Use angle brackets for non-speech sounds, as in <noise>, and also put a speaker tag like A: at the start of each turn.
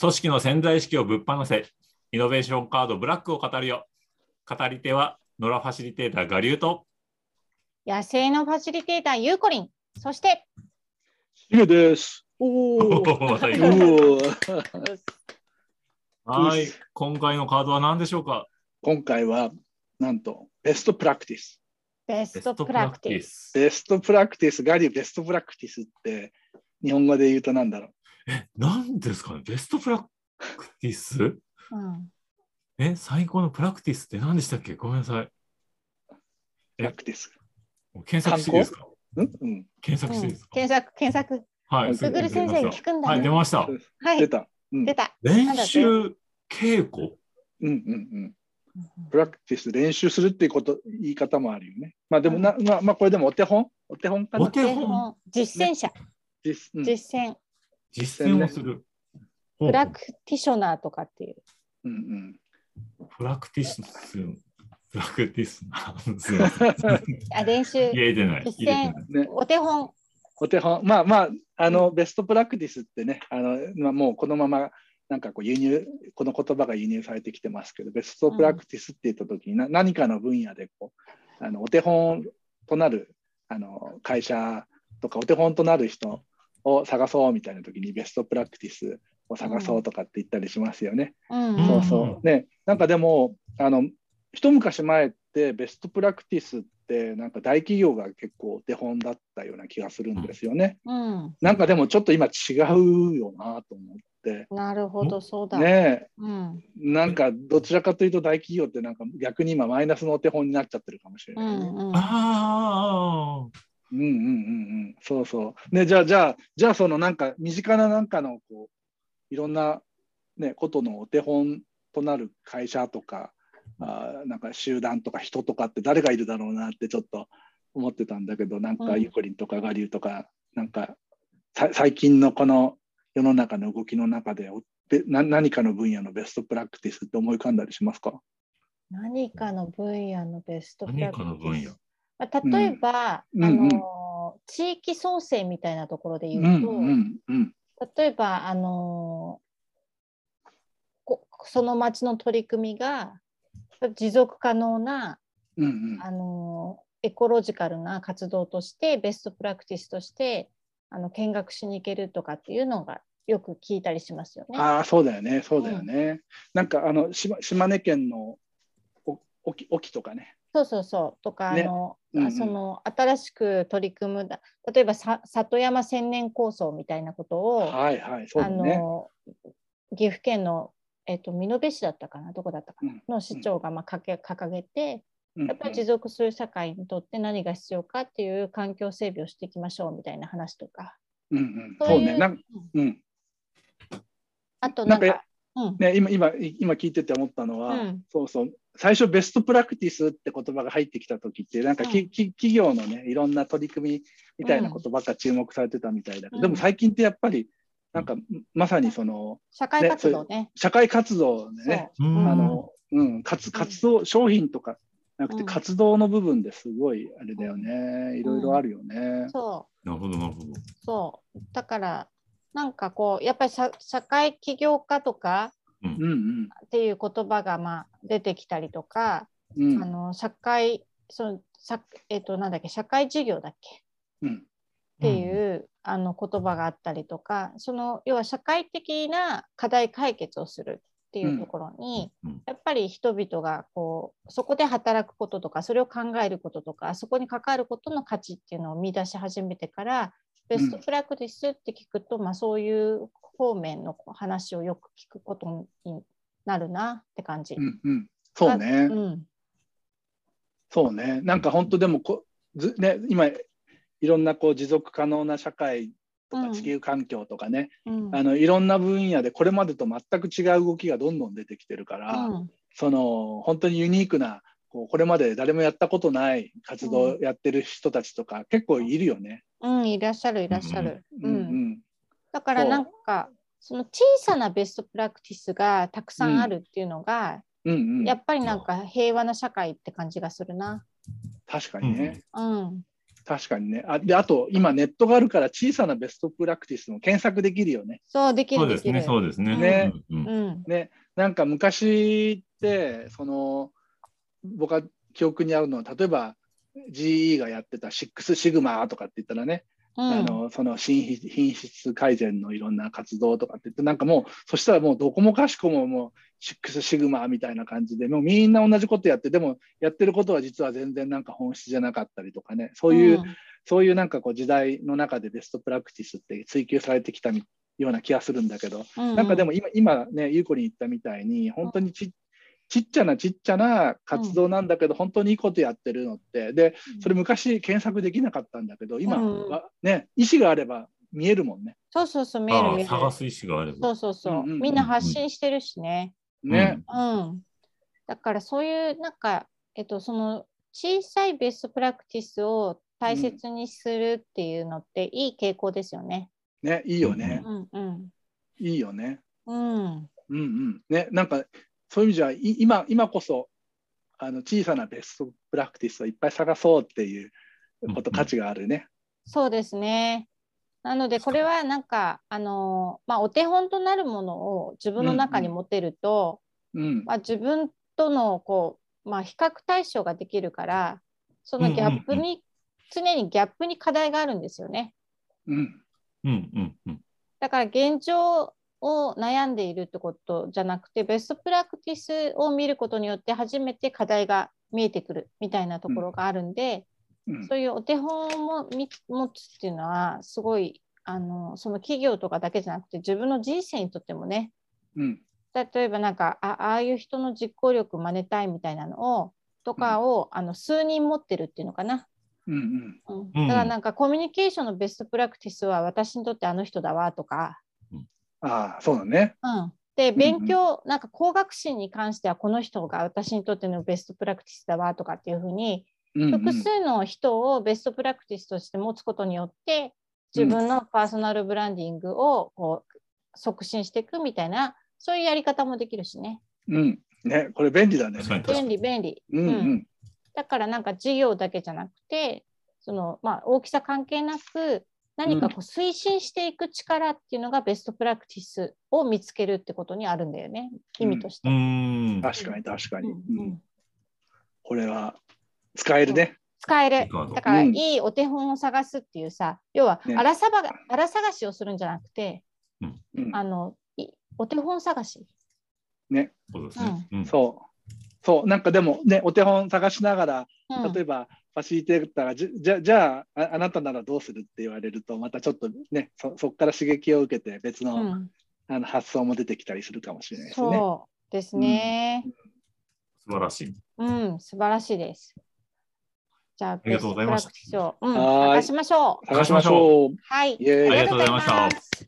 A: 組織の潜在意識をぶっ放せ、イノベーションカードブラックを語るよ。語り手は、ノラファシリテーターガリューと、
B: 野生のファシリテーターゆうこりん、そして、
C: ヒゲです。お <laughs> ー
A: また
C: お
A: 言う
C: ー。
A: はい、今回のカードは何でしょうか
C: 今回は、なんと、ベストプラクティス。
B: ベストプラクティス。
A: ス。
C: ベストプラクティス、ガリューベストプラクティスって、日本語で言うとなんだろ
A: 何ですかねベストプラクティス
B: うん、
A: え、最高のプラクティスって何でしたっけごめんなさい。
C: う。プラクティス。
A: 検索していいですか
C: うんうん。
A: 検索していいですか、
B: 検索、検索、
A: はい、すぐ
B: Google
A: 出てきました
B: 先生に聞くんだ
A: はい、
B: ね。
A: 出ました。
B: は
C: 出
B: い、
C: た。うん。
B: 出た。
A: 練習稽古
C: うんうんうん。プラクティス、練習するっていうこと、言い方もあるよね。まあでもな、まあ、まあ、これでもお手本お手本か
A: お
C: な
A: 手
B: でも実践者、
C: 実うん
B: 実践、
A: 実践をする。ほう
B: プラクティショナーとかっていう。
C: うんうん。
A: プラクティス、プラクティス、すいません。
B: あ練習、
A: 入れてない。
B: 実
A: 入
B: 践
A: れてない
B: お手本、
C: お手本、まあまあ、あの、ベストプラクティスってね、あの、まあ、もうこのまま、なんかこう輸入、この言葉が輸入されてきてますけど、ベストプラクティスって言った時に、な何かの分野でこう、あのお手本となるあの会社とか、お手本となる人を探そうみたいな時に、ベストプラクティスを探そうとかって言ったりしますよね。
B: うん、
A: ん
C: そうそう。ね、なんかでも、あの、一昔前ってベストプラクティスって、なんか大企業が結構お手本だったような気がするんですよね。
B: うん、
C: なんかでもちょっと今違うよなと思って。
B: なるほど、そうだ。
C: ねえ
B: うん、
C: なんかどちらかというと大企業ってなんか逆に今マイナスのお手本になっちゃってるかもしれ
B: う
C: ないね、
B: ん、うん。
A: ああ、
C: うんうんうんうんそうそう。ねじゃあじゃあじゃあそのなんか身近ななんかのこういろんなねことのお手本となる会社とかあーなんか集団とか人とかって誰がいるだろうなってちょっと思ってたんだけどなん
B: う
C: か
B: ん
C: ゆこりんとか我流とかなんかさ最近のこの世の中の動きの中でおべな何かの分野のベストプラクティスって思い浮かんだりしますか
B: 何かの分野のベストプラクティス
A: 何かの分野
B: まあ、例えば、
C: うん
B: あ
C: うんうん
B: のー地域創生みたいなところで
C: う
B: 言
C: んう
B: うと、
C: んうん
B: 例えば、あのーこその町の取り組みが持続可能な、
C: うんうん
B: あのーエコロジカルな活動としてベストプラクティスとしてあの見学しに行けるとかっていうのがよく聞いたりしますよね。
C: ああそうだよねそうだよね、なんかあの島島根県のお沖沖とかね
B: そうそうそうとか、
C: ね
B: あの、
C: うんうん
B: その新しく取り組むだ例えばさ里山千年構想みたいなことを、
C: はいはいそう
B: あ
C: だね
B: の岐阜県のえっと美濃部市だったかなどこだったかな、
C: うん
B: の市長がまあかけ掲げて
C: うんうん
B: やっぱり持続する社会にとって何が必要かっていう環境整備をしていきましょうみたいな話とか
C: うんうん
B: そう
C: そう
B: いう
C: ねなんうん
B: あとなんか
C: なんか
B: うん
C: ね今今い今聞いてて思ったのは、
B: うん
C: そうそう最初ベストプラクティスって言葉が入ってきた時ってなんかき、
B: う
C: き企業のねいろんな取り組みみたいなことばっか注目されてたみたいだけど、
B: うん
C: でも最近ってやっぱりなんかまさにその
B: 社会活動ね。
C: 社会活動でね
B: そう
A: うん
C: あの、うん、活活動、商品とかなく
B: う
C: て
B: ん
C: 活動の部分ですごいあれだよね、いろいろあるよね。
B: そう
A: なるほど、なるほど。
B: そうだからなんかこうやっぱり社社会起業家とか
C: うんうん
B: っていう言葉がまあ出てきたりとか、
C: うん
B: あの社会そのさえっとなんだっけ社会事業だっけ
C: うん
B: っていう、あの言葉があったりとかその要は社会的な課題解決をするっていうところに、
A: うん
B: やっぱり人々がこうそこで働くこととかそれを考えることとかそこに関わることの価値っていうのを見出し始めてからベストプラクティスって聞くと、まあ、そういう方面の話をよく聞くことになるなって感じ。
C: うんうんそうね、
B: うん
C: そうねなんか本当でもこずね今いろんなこう持続可能な社会と
B: う
C: か
B: ん
C: 地球環境とかね、
B: うん
C: あのいろんな分野でこれまでと全く違う動きがどんどん出てきてるから、
B: うん
C: その本当にユニークなこうこれまで誰もやったことない活動をやってる人たちとか、結構いるよね。
B: うん、いらっしゃるいらっしゃる。
C: うん
B: うん
C: うん
B: だから
C: そう
B: なんかその小さなベストプラクティスがたくさんあるっていうのが、
C: うんうん、
B: やっぱりなんか平和な社会って感じがするな。
C: 確かにね、
B: うん、
C: 確かにね。あであと、今ネットがあるから小さなベストプラクティスも検索できるよね。
B: そうでき
A: そ
B: る
A: うで
B: ですきる。
A: ね、そうですね。
C: ね
A: うんうん
B: うん
C: ね、なんか昔って、その、僕は記憶にあるのは、例えば GE がやってたシックスシグマとかって言ったらね、
B: うん
C: あのその品質品質改善のいろんな活動とかって言って、なんかもう、そしたらもうどこもかしこももう、シックスシグマみたいな感じで、もうみんな同じことやって、でもやってることは実は全然なんか本質じゃなかったりとかね、そういう、
B: ん
C: そういうなんかこう時代の中でベストプラクティスって追求されてきたみような気がするんだけど、
B: う
C: なんかで
B: も、
C: も今今ねゆうこに言ったみたいに本当にちちっちゃなちっちゃな活動なんだけど、本当にいいことやってるのってでそれ昔検索できなかったんだけど今
B: うん
C: は、ね意思があれば見えるもんね。
B: そうそうそう見える
A: ああ、
B: 見える。
A: 探す意思があれ
B: そ
A: ば。
B: うそうそう,、
C: うんうんうん
B: みんな発信してるしね。
C: ね、
B: うん。だからそういうなんかえっとその小さいベストプラクティスを大切にするっていうのっていい傾向ですよね。
C: ねいいよね、
B: うんうん
C: いいよね。
B: うん。
C: うんうんね、なんかそういう意味じゃい今今こそあの小さなベストプラクティスをいっぱい探そうっていうこと、
A: うんうん
C: 価値があるね。
B: そうですね。なのでこれはなんかあのまあお手本となるものを自分の中に持てると、
C: うん
B: まあ、自分とのこう、まあ、比較対象ができるからそのギャップ
A: う
B: に、
A: ん
B: 常にギャップに課題があるんですよね。
C: うん
A: うんうんうん。
B: だから現状を悩んでいるってことじゃなくてベストプラクティスを見ることによって初めて課題が見えてくるみたいなところがあるんで、
C: うん
B: そういうお手本も見持つっていうのはすごいあのその企業とかだけじゃなくて自分の人生にとってもね
C: うん
B: 例えばなんかあああいう人の実行力真似たいみたいなのをとかを、あの数人持ってるっていうのかな、
C: うんうん
B: うん
A: うん
B: だからなんかコミュニケーションのベストプラクティスは私にとってあの人だわとか、
C: ああそうだね。
B: うん、で
C: ん
B: 勉強、なんか工学心に関してはこの人が私にとってのベストプラクティスだわとかっていうふうに
C: うんうん
B: 複数の人をベストプラクティスとして持つことによって自分のパーソナルブランディングをこう促進していくみたいなそういうやり方もできるしね
C: うん。ね、これ便利だね。
A: 確かに確か
B: 便
A: に。
B: 利便利。
C: うんうん。
B: だからなんか事業だけじゃなくてその、まあ、大きさ関係なく何かこう推進していく力っていうのがベストプラクティスを見つけるってことにあるんだよね意味とし
A: う
B: て。
A: ーん。
C: 確かに確かに。
B: うん
C: う
B: うんん
C: これは使えるね。
B: 使
A: い
B: え
A: い
B: る
A: カード
B: だから
C: う
B: い
C: ん
B: いお手本を探すっていうさ要は
C: ね
B: 荒さば荒探しをするんじゃなくて
C: うん
B: あのいお手本探し。
A: そうですね。うん
C: そう。そう。なんかでもね、お手本探しながら、
B: うん
C: 例えば、ファシリテーターがじ、じゃ、じゃあ、ああなたならどうするって言われると、またちょっとね、そ、そこから刺激を受けて、別の、
B: うん
C: あの発想も出てきたりするかもしれないですね。
B: そうですね。
A: 素晴らしい。
B: うん、素晴らしいです。じゃあ、
A: ありがとうございました
B: ベストプラクティスを、うん、
C: はーい
B: 探しましょう。
C: 探しましょう。
B: はい。
C: イエーイ
A: ありがとうございました
B: ありがとうございます